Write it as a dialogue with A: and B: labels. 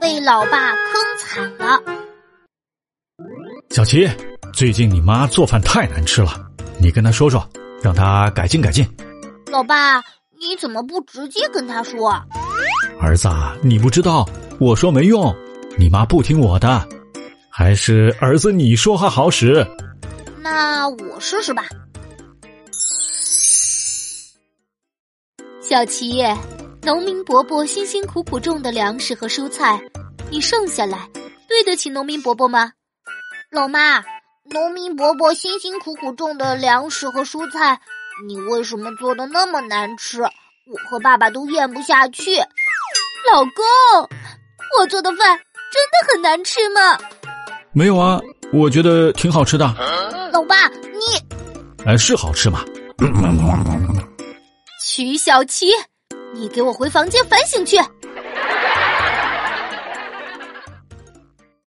A: 被老爸坑惨了。
B: 小琪，最近你妈做饭太难吃了，你跟她说说，让她改进改进。
A: 老爸，你怎么不直接跟他说？
B: 儿子啊，你不知道，我说没用，你妈不听我的，还是儿子你说话好使。
A: 那我试试吧。小琪，农民伯伯辛辛苦苦种的粮食和蔬菜，你剩下来，对得起农民伯伯吗？老妈，农民伯伯辛辛苦苦种的粮食和蔬菜，你为什么做的那么难吃？我和爸爸都咽不下去。老公，我做的饭真的很难吃吗？
B: 没有啊，我觉得挺好吃的，
A: 老爸，你
B: 哎，是好吃吗？
A: 曲小琪，你给我回房间反省去。